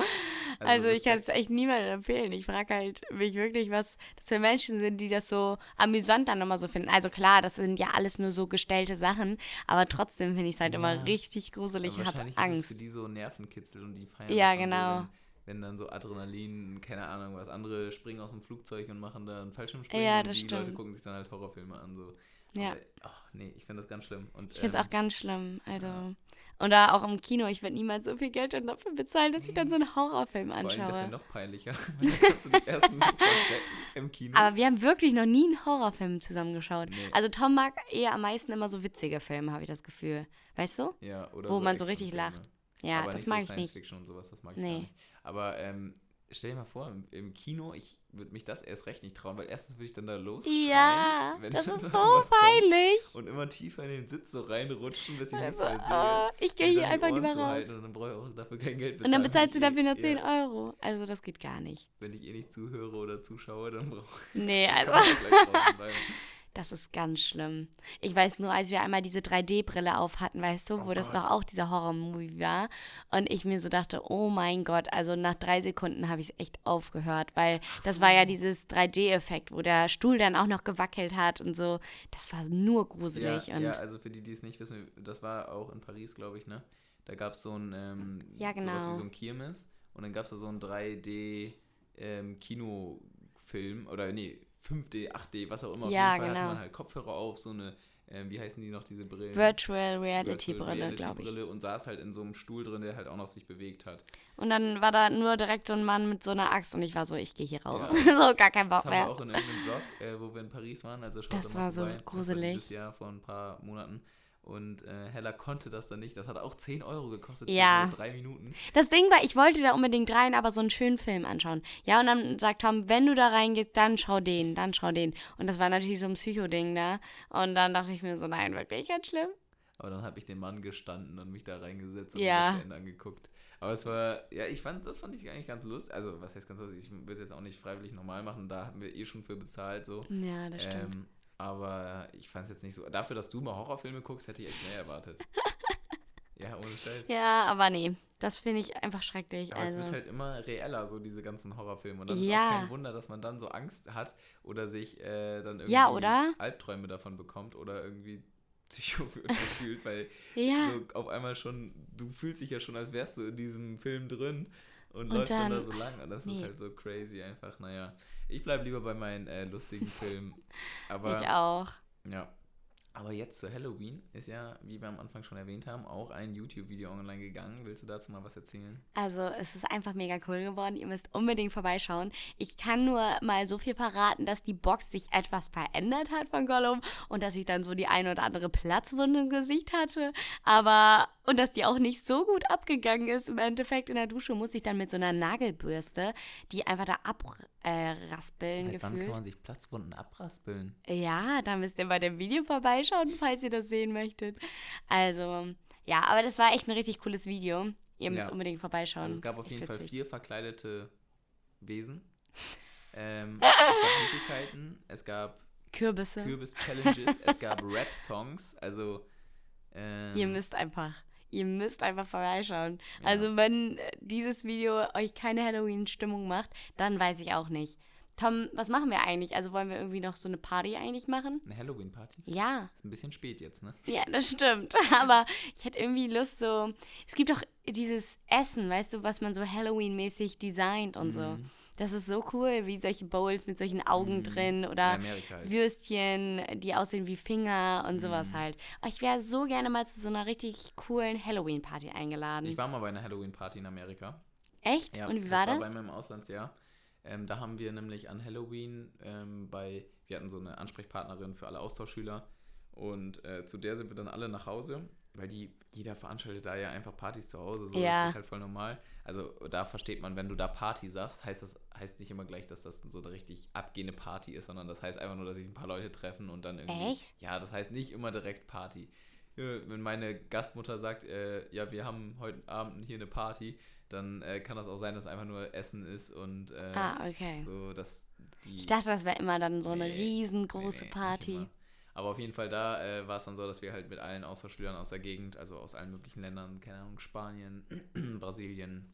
[SPEAKER 2] Also
[SPEAKER 1] Also, ich kann
[SPEAKER 2] Respekt.
[SPEAKER 1] es echt niemandem empfehlen. Ich frage halt mich wirklich, was das für Menschen sind, die das so amüsant dann immer so finden. Also klar, das sind ja alles nur so gestellte Sachen, aber trotzdem finde ich es halt
[SPEAKER 2] Ja.
[SPEAKER 1] immer richtig gruselig.
[SPEAKER 2] Aber
[SPEAKER 1] Ich habe
[SPEAKER 2] wahrscheinlich ist es für
[SPEAKER 1] Angst.
[SPEAKER 2] die so Nervenkitzel und die feiern
[SPEAKER 1] Ja,
[SPEAKER 2] das dann
[SPEAKER 1] genau.
[SPEAKER 2] So, wenn, wenn dann so Adrenalin, keine Ahnung was, andere springen aus dem Flugzeug und machen da einen Fallschirmspringen
[SPEAKER 1] Ja,
[SPEAKER 2] und
[SPEAKER 1] das
[SPEAKER 2] die Leute
[SPEAKER 1] stimmt.
[SPEAKER 2] gucken sich dann halt Horrorfilme an. So.
[SPEAKER 1] Ja.
[SPEAKER 2] Aber, ach nee, ich finde das ganz schlimm. Und,
[SPEAKER 1] Ich finde es
[SPEAKER 2] ähm,
[SPEAKER 1] auch ganz schlimm. Also.
[SPEAKER 2] ja.
[SPEAKER 1] Und da auch im Kino, ich würde niemals so viel Geld dann dafür bezahlen, dass ich dann so einen Horrorfim
[SPEAKER 2] Vor allem, das ist ja
[SPEAKER 1] anschaue.
[SPEAKER 2] noch peinlicher. [laughs] weil dann kannst du dich erst so verstecken im Kino.
[SPEAKER 1] Aber wir haben wirklich noch nie einen Horrorfilm zusammengeschaut.
[SPEAKER 2] Nee.
[SPEAKER 1] Also Tom mag eher am meisten immer so witzige Filme, habe ich das Gefühl. Weißt du?
[SPEAKER 2] ja, oder
[SPEAKER 1] wo man so richtig
[SPEAKER 2] Actionfilme.
[SPEAKER 1] lacht. Ja,
[SPEAKER 2] aber
[SPEAKER 1] das
[SPEAKER 2] nicht so
[SPEAKER 1] mag ich
[SPEAKER 2] Science
[SPEAKER 1] nicht.
[SPEAKER 2] Fiction und sowas, das mag ich
[SPEAKER 1] Nee.
[SPEAKER 2] gar nicht. Aber ähm, stell dir mal vor, im, im Kino, ich würde mich das erst recht nicht trauen, weil erstens würde ich dann da los.
[SPEAKER 1] Ja, das
[SPEAKER 2] [laughs]
[SPEAKER 1] ist so
[SPEAKER 2] fein
[SPEAKER 1] peinlich.
[SPEAKER 2] Und immer tiefer in den Sitz so reinrutschen, bis ich nichts
[SPEAKER 1] Also,
[SPEAKER 2] mehr sehe.
[SPEAKER 1] oh, ich
[SPEAKER 2] Und
[SPEAKER 1] gehe hier
[SPEAKER 2] dann die
[SPEAKER 1] einfach
[SPEAKER 2] Ohren
[SPEAKER 1] lieber
[SPEAKER 2] zu
[SPEAKER 1] raus.
[SPEAKER 2] halten Und dann brauche ich auch dafür kein Geld bezahlen.
[SPEAKER 1] Und dann
[SPEAKER 2] wenn
[SPEAKER 1] bezahlst du
[SPEAKER 2] ich
[SPEAKER 1] dafür
[SPEAKER 2] eh-
[SPEAKER 1] nur 10
[SPEAKER 2] [laughs] ja,
[SPEAKER 1] Euro. Also das geht gar nicht.
[SPEAKER 2] Wenn ich eh nicht zuhöre oder zuschaue, dann brauche ich. [laughs]
[SPEAKER 1] Nee, also
[SPEAKER 2] kann ich gleich
[SPEAKER 1] [laughs]
[SPEAKER 2] draußen bleiben.
[SPEAKER 1] das ist ganz schlimm. Ich weiß nur, als wir einmal diese 3D-Brille auf hatten, weißt du,
[SPEAKER 2] Oh
[SPEAKER 1] wo das
[SPEAKER 2] Gott.
[SPEAKER 1] doch auch dieser Horror-Movie war. Und ich mir so dachte, oh mein Gott, also nach drei Sekunden habe ich echt aufgehört, weil das war ja dieses 3D-Effekt, wo der Stuhl dann auch noch gewackelt hat und so. Das war nur gruselig.
[SPEAKER 2] Ja,
[SPEAKER 1] und
[SPEAKER 2] ja, also für die, die es nicht wissen, das war auch in Paris, glaube ich, ne? Da gab es so ein, ähm,
[SPEAKER 1] Ja,
[SPEAKER 2] sowas
[SPEAKER 1] genau.
[SPEAKER 2] wie so ein Kirmes und dann gab es da so einen 3D-Kinofilm ähm, oder nee, 5D, 8D, was auch immer.
[SPEAKER 1] Ja,
[SPEAKER 2] Auf jeden Fall
[SPEAKER 1] genau.
[SPEAKER 2] hatte man halt Kopfhörer auf, so eine, ähm, wie heißen die noch, diese Brillen?
[SPEAKER 1] Virtual
[SPEAKER 2] Virtual
[SPEAKER 1] Reality-Brille, glaube ich.
[SPEAKER 2] Reality-Brille Und saß halt in so einem Stuhl drin, der halt auch noch sich bewegt hat.
[SPEAKER 1] Und dann war da nur direkt so ein Mann mit so einer Axt und ich war so, ich gehe hier raus. [laughs] so, gar kein Bock
[SPEAKER 2] Das haben wir
[SPEAKER 1] mehr.
[SPEAKER 2] auch in irgendeinem Blog, äh, wo wir in Paris waren. Also schaut
[SPEAKER 1] Oh, Das
[SPEAKER 2] da mal
[SPEAKER 1] war so
[SPEAKER 2] vorbei. Das war
[SPEAKER 1] gruselig.
[SPEAKER 2] dieses Jahr vor ein paar Monaten. Und äh, Hella konnte das dann nicht. Das hat auch 10 Euro gekostet
[SPEAKER 1] Ja.
[SPEAKER 2] für so drei Minuten.
[SPEAKER 1] Das Ding war, ich wollte da unbedingt rein, aber so einen schönen Film anschauen. Ja, und dann sagt Tom, wenn du da reingehst, dann schau den, dann schau den. Und das war natürlich so ein Psycho-Ding da. Und dann dachte ich mir so, nein, wirklich ganz schlimm.
[SPEAKER 2] Aber dann habe ich den Mann gestanden und mich da reingesetzt und
[SPEAKER 1] Ja.
[SPEAKER 2] mir das zu Ende angeguckt. Aber es war, ja, ich fand, das fand ich eigentlich ganz lustig. Also, was heißt ganz lustig? Ich würde es jetzt auch nicht freiwillig normal machen. Da haben wir eh schon für bezahlt, so.
[SPEAKER 1] Ja, das stimmt.
[SPEAKER 2] Ähm, aber ich fand es jetzt nicht so. Dafür, dass du mal Horrorfilme guckst, hätte ich echt
[SPEAKER 1] [laughs]
[SPEAKER 2] mehr erwartet. ja, ohne Scheiß.
[SPEAKER 1] Ja, aber nee, das finde ich einfach schrecklich.
[SPEAKER 2] Aber
[SPEAKER 1] also.
[SPEAKER 2] es wird halt immer reeller, so diese ganzen Horrorfilme. Und dann ist
[SPEAKER 1] Ja.
[SPEAKER 2] auch kein Wunder, dass man dann so Angst hat oder sich äh, dann irgendwie
[SPEAKER 1] Ja, oder?
[SPEAKER 2] Albträume davon bekommt oder irgendwie [laughs] psycho wird gefühlt, weil
[SPEAKER 1] [laughs] ja.
[SPEAKER 2] so auf einmal schon, du fühlst dich ja schon, als wärst du in diesem Film drin und,
[SPEAKER 1] Und
[SPEAKER 2] läufst dann, da
[SPEAKER 1] dann-
[SPEAKER 2] so lang. Und das ist
[SPEAKER 1] nee.
[SPEAKER 2] halt so crazy einfach. Naja, ich bleibe lieber bei meinen äh, lustigen
[SPEAKER 1] [laughs]
[SPEAKER 2] Filmen. Aber
[SPEAKER 1] ich auch.
[SPEAKER 2] ja. Aber jetzt zu Halloween ist ja, wie wir am Anfang schon erwähnt haben, auch ein YouTube-Video online gegangen. Willst du dazu mal was erzählen?
[SPEAKER 1] Also es ist einfach mega cool geworden. Ihr müsst unbedingt vorbeischauen. Ich kann nur mal so viel verraten, dass die Box sich etwas verändert hat von Gollum und dass ich dann so die ein oder andere Platzwunde im Gesicht hatte. Aber und dass die auch nicht so gut abgegangen ist. Im Endeffekt in der Dusche muss ich dann mit so einer Nagelbürste die einfach da abraspeln
[SPEAKER 2] Seit wann kann
[SPEAKER 1] gefühlt.
[SPEAKER 2] man sich Platzwunden abraspeln?
[SPEAKER 1] Ja, da müsst ihr bei dem Video vorbeischauen, falls ihr das sehen möchtet. Also, ja, aber das war echt ein richtig cooles Video. Ihr müsst
[SPEAKER 2] Ja.
[SPEAKER 1] unbedingt vorbeischauen.
[SPEAKER 2] Also es gab
[SPEAKER 1] Ist
[SPEAKER 2] auf
[SPEAKER 1] echt
[SPEAKER 2] jeden Fall
[SPEAKER 1] witzig.
[SPEAKER 2] vier verkleidete
[SPEAKER 1] [laughs]
[SPEAKER 2] Wesen. Ähm, es gab Süßigkeiten, es gab
[SPEAKER 1] Kürbisse.
[SPEAKER 2] Kürbis-Challenges,
[SPEAKER 1] [laughs]
[SPEAKER 2] es gab Rap-Songs. Also, ähm,
[SPEAKER 1] Ihr müsst einfach. Ihr müsst einfach vorbeischauen.
[SPEAKER 2] Ja.
[SPEAKER 1] Also, wenn äh, dieses Video euch keine Halloween-Stimmung macht, dann weiß ich auch nicht. Tom, was machen wir eigentlich? Also, wollen wir irgendwie noch so eine Party eigentlich machen?
[SPEAKER 2] eine Halloween-Party.
[SPEAKER 1] Ja,
[SPEAKER 2] Ist ein bisschen spät jetzt, ne?
[SPEAKER 1] ja, das stimmt. [laughs] Aber ich hätte irgendwie Lust, so. Es gibt doch dieses Essen, weißt du, was man so Halloween-mäßig designt und so.
[SPEAKER 2] Mhm.
[SPEAKER 1] Das ist so cool, wie solche Bowls mit solchen Augen
[SPEAKER 2] Mhm.
[SPEAKER 1] drin
[SPEAKER 2] In
[SPEAKER 1] oder
[SPEAKER 2] Amerika. halt.
[SPEAKER 1] Würstchen, die aussehen wie Finger und sowas
[SPEAKER 2] Mhm.
[SPEAKER 1] halt. Oh, Ich wäre so gerne mal zu so einer richtig coolen Halloween-Party eingeladen.
[SPEAKER 2] Ich war mal bei einer Halloween-Party in Amerika.
[SPEAKER 1] Echt?
[SPEAKER 2] Ja,
[SPEAKER 1] und wie war das?
[SPEAKER 2] war bei meinem Auslandsjahr. Ähm, da haben wir nämlich an Halloween ähm, bei, wir hatten so eine Ansprechpartnerin für alle Austauschschüler und äh, zu der sind wir dann alle nach Hause, weil die, jeder veranstaltet da ja einfach Partys zu Hause, so
[SPEAKER 1] Ja.
[SPEAKER 2] das ist halt voll normal. Also da versteht man, wenn du da Party sagst, heißt das heißt nicht immer gleich, dass das so eine richtig abgehende Party ist, sondern das heißt einfach nur, dass sich ein paar Leute treffen und dann irgendwie.
[SPEAKER 1] Echt?
[SPEAKER 2] Ja, das heißt nicht immer direkt Party. Ja, Äh, Wenn meine Gastmutter sagt, äh, ja, wir haben heute Abend hier eine Party, dann äh, kann das auch sein, dass einfach nur Essen ist und äh,
[SPEAKER 1] ah, okay.
[SPEAKER 2] so, dass die.
[SPEAKER 1] Ich dachte, das wäre immer dann so eine
[SPEAKER 2] Nee, Nee,
[SPEAKER 1] riesengroße
[SPEAKER 2] nee, nicht
[SPEAKER 1] Party.
[SPEAKER 2] immer. Aber auf jeden Fall da äh, war es dann so, dass wir halt mit allen Austauschschülern aus der Gegend, also aus allen möglichen Ländern, keine Ahnung, Spanien, [clears throat] Brasilien,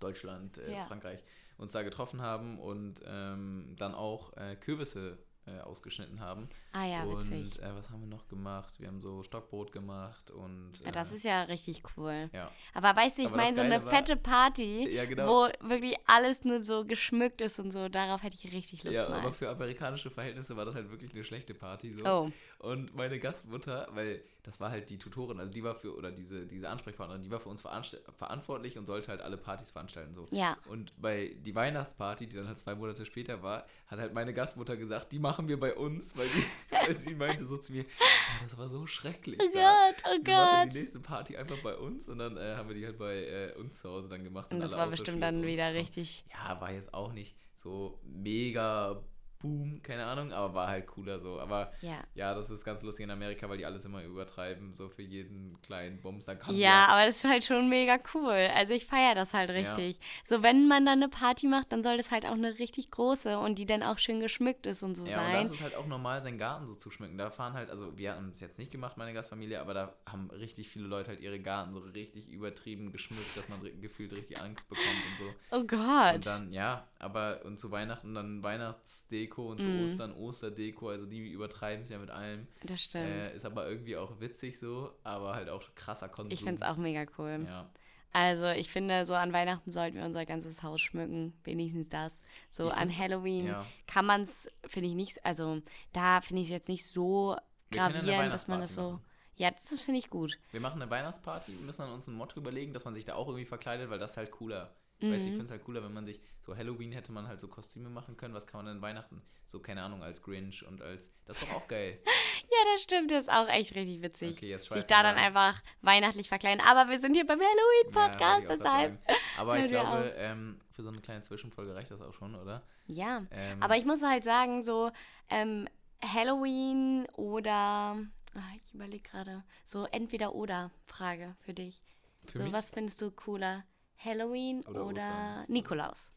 [SPEAKER 2] Deutschland, äh,
[SPEAKER 1] Ja.
[SPEAKER 2] Frankreich, uns da getroffen haben und ähm, dann auch äh, Kürbisse äh, ausgeschnitten haben.
[SPEAKER 1] Ah ja, witzig.
[SPEAKER 2] Und äh, was haben wir noch gemacht? Wir haben so Stockbrot gemacht und.
[SPEAKER 1] ja, das
[SPEAKER 2] äh,
[SPEAKER 1] ist ja richtig cool.
[SPEAKER 2] Ja,
[SPEAKER 1] Aber weißt du, ich
[SPEAKER 2] Aber das
[SPEAKER 1] meine, so eine
[SPEAKER 2] Geile war-
[SPEAKER 1] fette Party,
[SPEAKER 2] ja genau.
[SPEAKER 1] wo wirklich alles nur so geschmückt ist und so, darauf hätte ich richtig Lust
[SPEAKER 2] Ja, aber
[SPEAKER 1] mal.
[SPEAKER 2] für amerikanische Verhältnisse war das halt wirklich eine schlechte Party. So.
[SPEAKER 1] Oh,
[SPEAKER 2] Und meine Gastmutter, weil das war halt die Tutorin, also die war für, oder diese, diese Ansprechpartnerin, die war für uns veranst- verantwortlich und sollte halt alle Partys veranstalten. So.
[SPEAKER 1] ja.
[SPEAKER 2] Und bei die Weihnachtsparty, die dann halt zwei Monate später war, hat halt meine Gastmutter gesagt, die machen wir bei uns,
[SPEAKER 1] [laughs]
[SPEAKER 2] weil, die, weil sie meinte so zu mir, "Ah, das war so schrecklich.
[SPEAKER 1] Oh
[SPEAKER 2] da.
[SPEAKER 1] Gott, oh
[SPEAKER 2] Wir machen
[SPEAKER 1] Gott.
[SPEAKER 2] die nächste Party einfach bei uns und dann äh, haben wir die halt bei äh, uns zu Hause dann gemacht.
[SPEAKER 1] Und das
[SPEAKER 2] alle
[SPEAKER 1] war bestimmt
[SPEAKER 2] Austauschschüler zu
[SPEAKER 1] dann
[SPEAKER 2] uns
[SPEAKER 1] wieder
[SPEAKER 2] gekommen.
[SPEAKER 1] richtig.
[SPEAKER 2] Ja, war jetzt auch nicht so mega Boom, keine Ahnung, aber war halt cooler so. Aber
[SPEAKER 1] Ja.
[SPEAKER 2] ja, das ist ganz lustig in Amerika, weil die alles immer übertreiben, so für jeden kleinen Bums. Da kann
[SPEAKER 1] Ja, aber das ist halt schon mega cool. Also ich feiere das halt
[SPEAKER 2] Also Ja.
[SPEAKER 1] richtig. So, wenn man dann eine Party macht, dann soll das halt auch eine richtig große und die dann auch schön geschmückt ist und so
[SPEAKER 2] ja, und da
[SPEAKER 1] sein.
[SPEAKER 2] ist es halt auch normal, seinen Garten so zu schmücken. Da fahren halt, also wir haben es jetzt nicht gemacht, meine Gastfamilie, aber da haben richtig viele Leute halt ihre Garten so richtig übertrieben geschmückt, dass man ri- gefühlt richtig Angst bekommt und so.
[SPEAKER 1] Oh Gott.
[SPEAKER 2] Und dann, ja, aber und zu Weihnachten dann Weihnachtsdeko und zu
[SPEAKER 1] Mhm.
[SPEAKER 2] Ostern Osterdeko, also die übertreiben es ja mit allem.
[SPEAKER 1] das stimmt.
[SPEAKER 2] Äh, ist aber irgendwie auch witzig so, aber halt auch krasser Konsum.
[SPEAKER 1] ich finde es auch mega cool.
[SPEAKER 2] Ja.
[SPEAKER 1] Also ich finde, so an Weihnachten sollten wir unser ganzes Haus schmücken. Wenigstens das. So
[SPEAKER 2] Ich
[SPEAKER 1] an
[SPEAKER 2] find's-
[SPEAKER 1] Halloween
[SPEAKER 2] ja.
[SPEAKER 1] kann man es, finde ich, nicht, so- also da finde ich es jetzt nicht so
[SPEAKER 2] Wir können eine
[SPEAKER 1] gravierend, dass man das so.
[SPEAKER 2] Weihnachtsparty machen.
[SPEAKER 1] Ja, das finde ich gut.
[SPEAKER 2] Wir machen eine Weihnachtsparty, wir müssen an uns ein Motto überlegen, dass man sich da auch irgendwie verkleidet, weil das ist halt cooler. Weißt du, ich
[SPEAKER 1] Mhm.
[SPEAKER 2] finde es halt cooler, wenn man sich so Halloween hätte man halt so Kostüme machen können. Was kann man denn Weihnachten? So, keine Ahnung, als Grinch und als. Das ist doch auch geil.
[SPEAKER 1] Ja, das stimmt, das ist auch echt richtig witzig.
[SPEAKER 2] Okay,
[SPEAKER 1] [laughs]
[SPEAKER 2] jetzt
[SPEAKER 1] sich
[SPEAKER 2] schweifen
[SPEAKER 1] da
[SPEAKER 2] wir
[SPEAKER 1] dann
[SPEAKER 2] ab.
[SPEAKER 1] einfach weihnachtlich verkleiden. Aber wir sind hier beim Halloween-Podcast,
[SPEAKER 2] Ja, wollte ich auch gerade
[SPEAKER 1] deshalb.
[SPEAKER 2] sagen.
[SPEAKER 1] [laughs]
[SPEAKER 2] Aber ich
[SPEAKER 1] hören wir
[SPEAKER 2] glaube,
[SPEAKER 1] auf.
[SPEAKER 2] ähm, für so eine kleine Zwischenfolge reicht das auch schon, oder?
[SPEAKER 1] Ja.
[SPEAKER 2] Ähm,
[SPEAKER 1] Aber ich muss halt sagen, so ähm, Halloween oder. Ah, ich überlege gerade. So entweder oder Frage für dich.
[SPEAKER 2] Für
[SPEAKER 1] so,
[SPEAKER 2] mich?
[SPEAKER 1] was findest du cooler? Halloween
[SPEAKER 2] Oder
[SPEAKER 1] oder,
[SPEAKER 2] Ostern.
[SPEAKER 1] Nikolaus?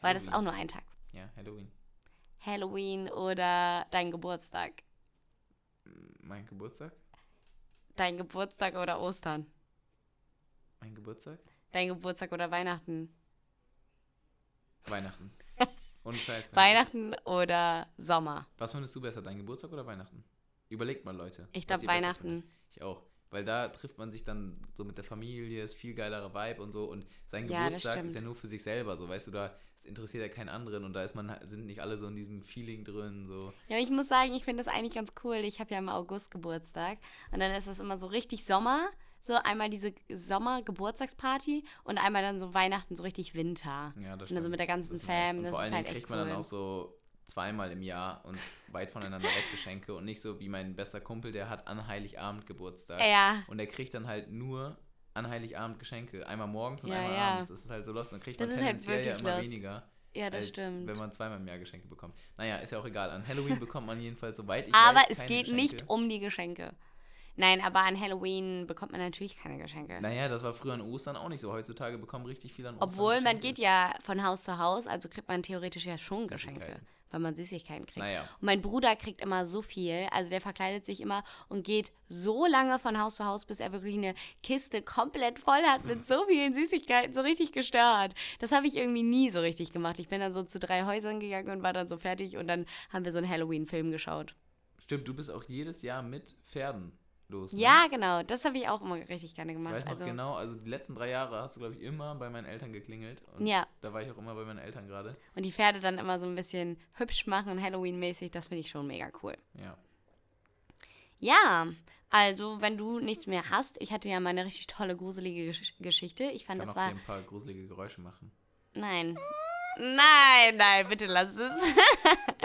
[SPEAKER 1] Weil das ist auch
[SPEAKER 2] Halloween.
[SPEAKER 1] nur ein Tag.
[SPEAKER 2] Ja, Halloween.
[SPEAKER 1] Halloween oder dein Geburtstag.
[SPEAKER 2] Mein Geburtstag?
[SPEAKER 1] Dein Geburtstag oder Ostern.
[SPEAKER 2] Mein Geburtstag?
[SPEAKER 1] Dein Geburtstag oder Weihnachten. [laughs]
[SPEAKER 2] Weihnachten. Und Scheiß. mein
[SPEAKER 1] Weihnachten oder Sommer.
[SPEAKER 2] Was findest du besser, dein Geburtstag oder Weihnachten? Überlegt mal, Leute.
[SPEAKER 1] Ich
[SPEAKER 2] was
[SPEAKER 1] glaube
[SPEAKER 2] ihr besser
[SPEAKER 1] Weihnachten.
[SPEAKER 2] findet. Ich auch. Weil da trifft man sich dann so mit der Familie, ist viel geilerer Vibe und so. Und sein
[SPEAKER 1] Ja, das
[SPEAKER 2] Geburtstag ist ja
[SPEAKER 1] stimmt.
[SPEAKER 2] nur für sich selber, so weißt du, da es interessiert ja keinen anderen und da ist man, sind nicht alle so in diesem Feeling drin. So.
[SPEAKER 1] Ja, ich muss sagen, ich finde das eigentlich ganz cool. Ich habe ja im August Geburtstag und dann ist das immer so richtig Sommer. So einmal diese Sommer-Geburtstagsparty und einmal dann so Weihnachten, so richtig Winter.
[SPEAKER 2] Ja, das
[SPEAKER 1] Und also
[SPEAKER 2] stimmt.
[SPEAKER 1] mit der ganzen
[SPEAKER 2] ist nice.
[SPEAKER 1] Fam,
[SPEAKER 2] Und
[SPEAKER 1] das
[SPEAKER 2] vor
[SPEAKER 1] ist
[SPEAKER 2] allen
[SPEAKER 1] halt
[SPEAKER 2] Dingen
[SPEAKER 1] echt
[SPEAKER 2] kriegt man
[SPEAKER 1] cool.
[SPEAKER 2] dann auch so zweimal im Jahr und
[SPEAKER 1] [laughs]
[SPEAKER 2] weit voneinander weg Geschenke und nicht so wie mein bester Kumpel, der hat an Heiligabend Geburtstag.
[SPEAKER 1] ja,
[SPEAKER 2] Und er kriegt dann halt nur an Heiligabend Geschenke. Einmal morgens und
[SPEAKER 1] Ja,
[SPEAKER 2] einmal
[SPEAKER 1] ja.
[SPEAKER 2] abends. Das ist halt so lost. Dann kriegt
[SPEAKER 1] Das
[SPEAKER 2] man
[SPEAKER 1] ist halt
[SPEAKER 2] tendenziell ja
[SPEAKER 1] wirklich
[SPEAKER 2] immer
[SPEAKER 1] lost.
[SPEAKER 2] weniger,
[SPEAKER 1] Ja, das
[SPEAKER 2] als
[SPEAKER 1] stimmt.
[SPEAKER 2] wenn man zweimal im Jahr Geschenke bekommt. Naja, ist ja auch egal. An
[SPEAKER 1] [laughs]
[SPEAKER 2] Halloween bekommt man jedenfalls, soweit ich
[SPEAKER 1] aber
[SPEAKER 2] weiß,
[SPEAKER 1] es
[SPEAKER 2] keine
[SPEAKER 1] geht
[SPEAKER 2] Geschenke.
[SPEAKER 1] nicht um die Geschenke. Nein, aber an Halloween bekommt man natürlich keine Geschenke.
[SPEAKER 2] Naja, das war früher an Ostern auch nicht so. Heutzutage bekommen richtig viele an Ostern
[SPEAKER 1] Obwohl, man
[SPEAKER 2] Geschenke.
[SPEAKER 1] geht ja von Haus zu Haus, also kriegt man theoretisch ja schon
[SPEAKER 2] Süßigkeiten.
[SPEAKER 1] Geschenke, weil man Süßigkeiten kriegt.
[SPEAKER 2] Naja.
[SPEAKER 1] Und mein Bruder kriegt immer so viel, also der verkleidet sich immer und geht so lange von Haus zu Haus, bis er wirklich eine Kiste komplett voll hat mit so vielen Süßigkeiten, so richtig gestört. Das habe ich irgendwie nie so richtig gemacht. Ich bin dann so zu drei Häusern gegangen und war dann so fertig und dann haben wir so einen Halloween-Film geschaut.
[SPEAKER 2] Stimmt, du bist auch jedes Jahr mit Pferden los. ne?
[SPEAKER 1] Ja, genau, das habe ich auch immer richtig gerne
[SPEAKER 2] Ich
[SPEAKER 1] gemacht.
[SPEAKER 2] weiß noch
[SPEAKER 1] also,
[SPEAKER 2] genau, also die letzten drei Jahre hast du, glaube ich, immer bei meinen Eltern geklingelt. Und
[SPEAKER 1] Ja.
[SPEAKER 2] Da war ich auch immer bei meinen Eltern gerade.
[SPEAKER 1] Und die Pferde dann immer so ein bisschen hübsch machen, Halloween-mäßig, das finde ich schon mega cool.
[SPEAKER 2] Ja.
[SPEAKER 1] Ja, also wenn du nichts mehr hast, ich hatte ja meine richtig tolle, gruselige Gesch Geschichte. Ich fand,
[SPEAKER 2] Kann
[SPEAKER 1] das
[SPEAKER 2] auch
[SPEAKER 1] war.
[SPEAKER 2] hier ein paar gruselige Geräusche machen.
[SPEAKER 1] Nein. Nein, nein, bitte lass es. [laughs]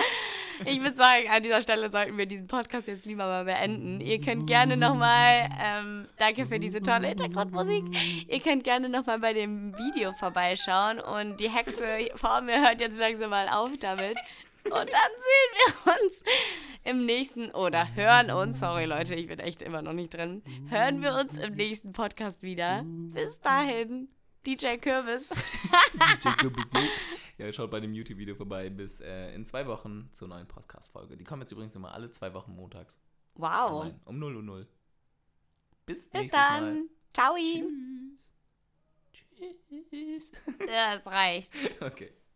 [SPEAKER 1] Ich würde sagen, an dieser Stelle sollten wir diesen Podcast jetzt lieber mal beenden. Ihr könnt gerne nochmal, ähm, danke für diese tolle Hintergrundmusik, ihr könnt gerne nochmal bei dem Video vorbeischauen und die Hexe vor mir hört jetzt langsam mal auf damit. Und dann sehen wir uns im nächsten, oder hören uns, sorry Leute, ich bin echt immer noch nicht drin, hören wir uns im nächsten Podcast wieder. Bis dahin, DJ Kürbis.
[SPEAKER 2] ja, schaut bei dem YouTube-Video vorbei. Bis äh, in zwei Wochen zur neuen Podcast-Folge. Die kommen jetzt übrigens immer alle zwei Wochen montags.
[SPEAKER 1] Wow.
[SPEAKER 2] Online. Um 0 Uhr 0. Bis,
[SPEAKER 1] Oh. Bis
[SPEAKER 2] nächstes Mal.
[SPEAKER 1] dann. Ciao.
[SPEAKER 2] Tschüss. Tschüss.
[SPEAKER 1] Ja, es reicht.
[SPEAKER 2] [laughs] okay.